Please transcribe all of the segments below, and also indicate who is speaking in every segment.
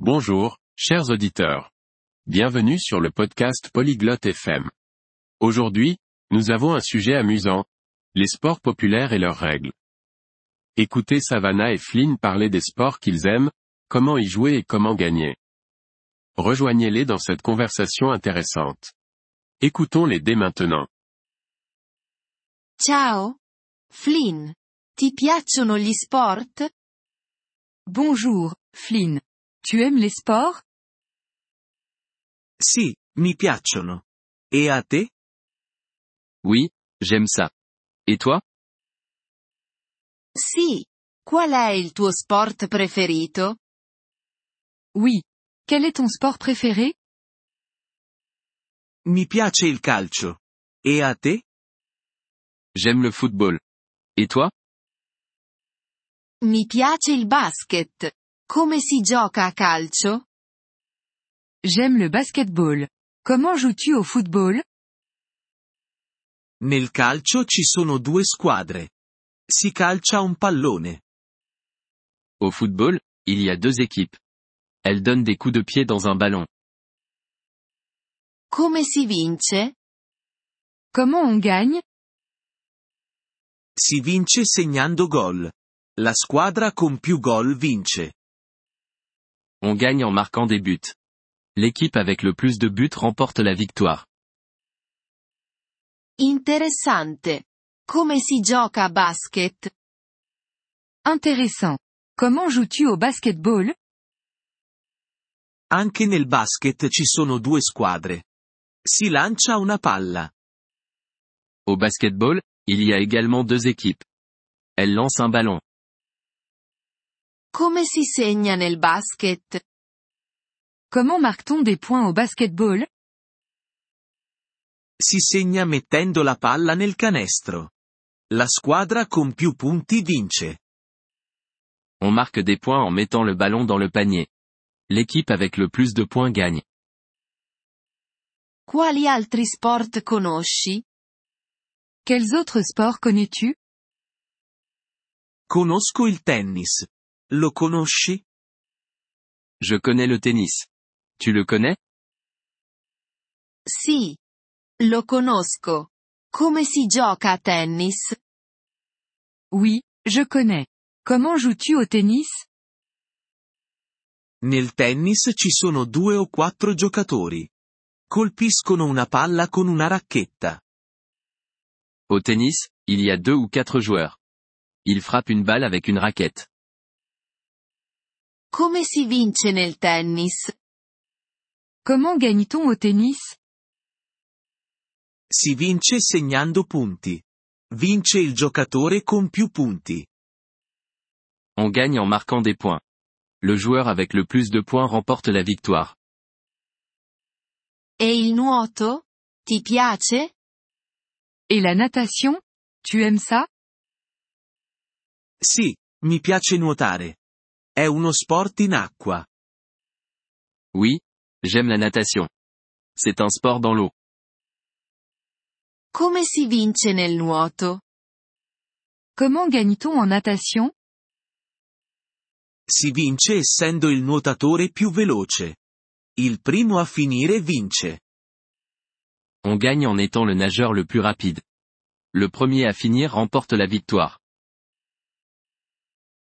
Speaker 1: Bonjour, chers auditeurs. Bienvenue sur le podcast Polyglotte FM. Aujourd'hui, nous avons un sujet amusant. Les sports populaires et leurs règles. Écoutez Savannah et Flynn parler des sports qu'ils aiment, comment y jouer et comment gagner. Rejoignez-les dans cette conversation intéressante. Écoutons-les dès maintenant.
Speaker 2: Ciao. Flynn. Ti piacciono gli sport?
Speaker 3: Bonjour, Flynn. Tu aimes les sports
Speaker 4: Sì, mi piacciono. E a te?
Speaker 5: Oui, j'aime ça. Et toi
Speaker 2: Sì. Qual è il tuo sport preferito?
Speaker 3: Oui. Quel est ton sport préféré
Speaker 4: Mi piace il calcio. E a te?
Speaker 5: J'aime le football. Et toi
Speaker 2: Mi piace il basket. Come si gioca a calcio?
Speaker 3: J'aime le basketball. Comment joues-tu au football
Speaker 4: Nel calcio ci sono due squadre. Si calcia un pallone.
Speaker 5: Au football, il y a deux équipes. Elles donnent des coups de pied dans un ballon.
Speaker 2: Come si vince?
Speaker 3: Comment on gagne
Speaker 4: Si vince segnando gol. La squadra con più gol vince.
Speaker 5: On gagne en marquant des buts. L'équipe avec le plus de buts remporte la victoire.
Speaker 2: Interessante. Come si gioca a basket?
Speaker 3: Intéressant. Comment joues-tu au basketball
Speaker 4: Anche nel basket ci sono due squadre. Si lancia una palla.
Speaker 5: Au basketball, il y a également deux équipes. Elles lancent un ballon.
Speaker 2: Come si segna nel basket?
Speaker 3: Comment marque-t-on des points au basketball
Speaker 4: Si segna mettendo la palla nel canestro. La squadra con più punti vince.
Speaker 5: On marque des points en mettant le ballon dans le panier. L'équipe avec le plus de points gagne.
Speaker 2: Quali altri sport conosci?
Speaker 3: Quels autres sports connais-tu
Speaker 4: Conosco il tennis. Lo conosci?
Speaker 5: Je connais le tennis. Tu le connais
Speaker 2: Sì. Lo conosco. Come si gioca a tennis?
Speaker 3: Oui, je connais. Comment joues-tu au tennis
Speaker 4: Nel tennis ci sono due o quattro giocatori. Colpiscono una palla con una racchetta.
Speaker 5: Au tennis, il y a deux ou quatre joueurs. Ils frappent une balle avec une raquette.
Speaker 2: Come si vince nel tennis?
Speaker 3: Comment gagne-t-on au tennis
Speaker 4: Si vince segnando punti. Vince il giocatore con più punti.
Speaker 5: On gagne en marquant des points. Le joueur avec le plus de points remporte la victoire.
Speaker 2: E il nuoto? Ti piace?
Speaker 3: Et la natation Tu aimes ça
Speaker 4: Sì, mi piace nuotare. È uno sport in acqua.
Speaker 5: Oui, j'aime la natation. C'est un sport dans l'eau.
Speaker 2: Come si vince nel nuoto?
Speaker 3: Comment gagne-t-on en natation
Speaker 4: Si vince essendo il nuotatore più veloce. Il primo a finire vince.
Speaker 5: On gagne en étant le nageur le plus rapide. Le premier à finir remporte la victoire.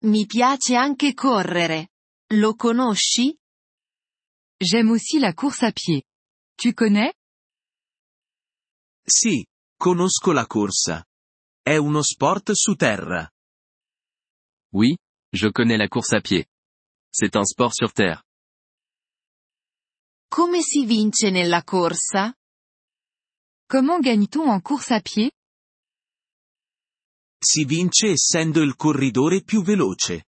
Speaker 2: Mi piace anche correre. Lo conosci?
Speaker 3: J'aime aussi la course à pied. Tu connais
Speaker 4: Sì, conosco la corsa. È uno sport su terra.
Speaker 5: Oui, je connais la course à pied. C'est un sport sur terre.
Speaker 2: Come si vince nella corsa?
Speaker 3: Comment gagne-t-on en course à pied
Speaker 4: Si vince essendo il corridore più veloce.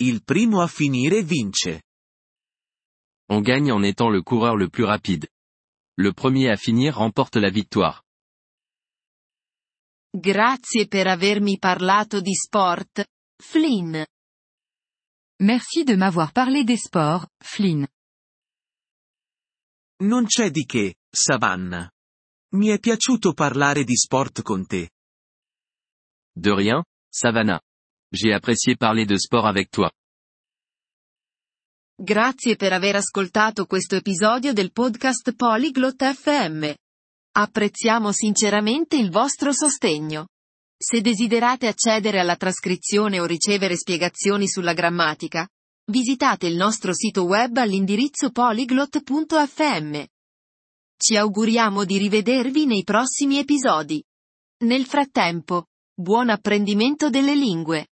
Speaker 4: Il primo a finire vince.
Speaker 5: On gagne en étant le coureur le plus rapide. Le premier à finir remporte la victoire.
Speaker 2: Grazie per avermi parlato di sport, Flynn.
Speaker 3: Merci de m'avoir parlé des sports, Flynn.
Speaker 4: Non c'è di che, Savannah. Mi è piaciuto parlare di sport con te.
Speaker 5: De rien, Savannah. J'ai apprécié parler de sport avec toi.
Speaker 2: Grazie per aver ascoltato questo episodio del podcast Polyglot FM. Apprezziamo sinceramente il vostro sostegno. Se desiderate accedere alla trascrizione o ricevere spiegazioni sulla grammatica, visitate il nostro sito web all'indirizzo polyglot.fm. Ci auguriamo di rivedervi nei prossimi episodi. Nel frattempo, buon apprendimento delle lingue.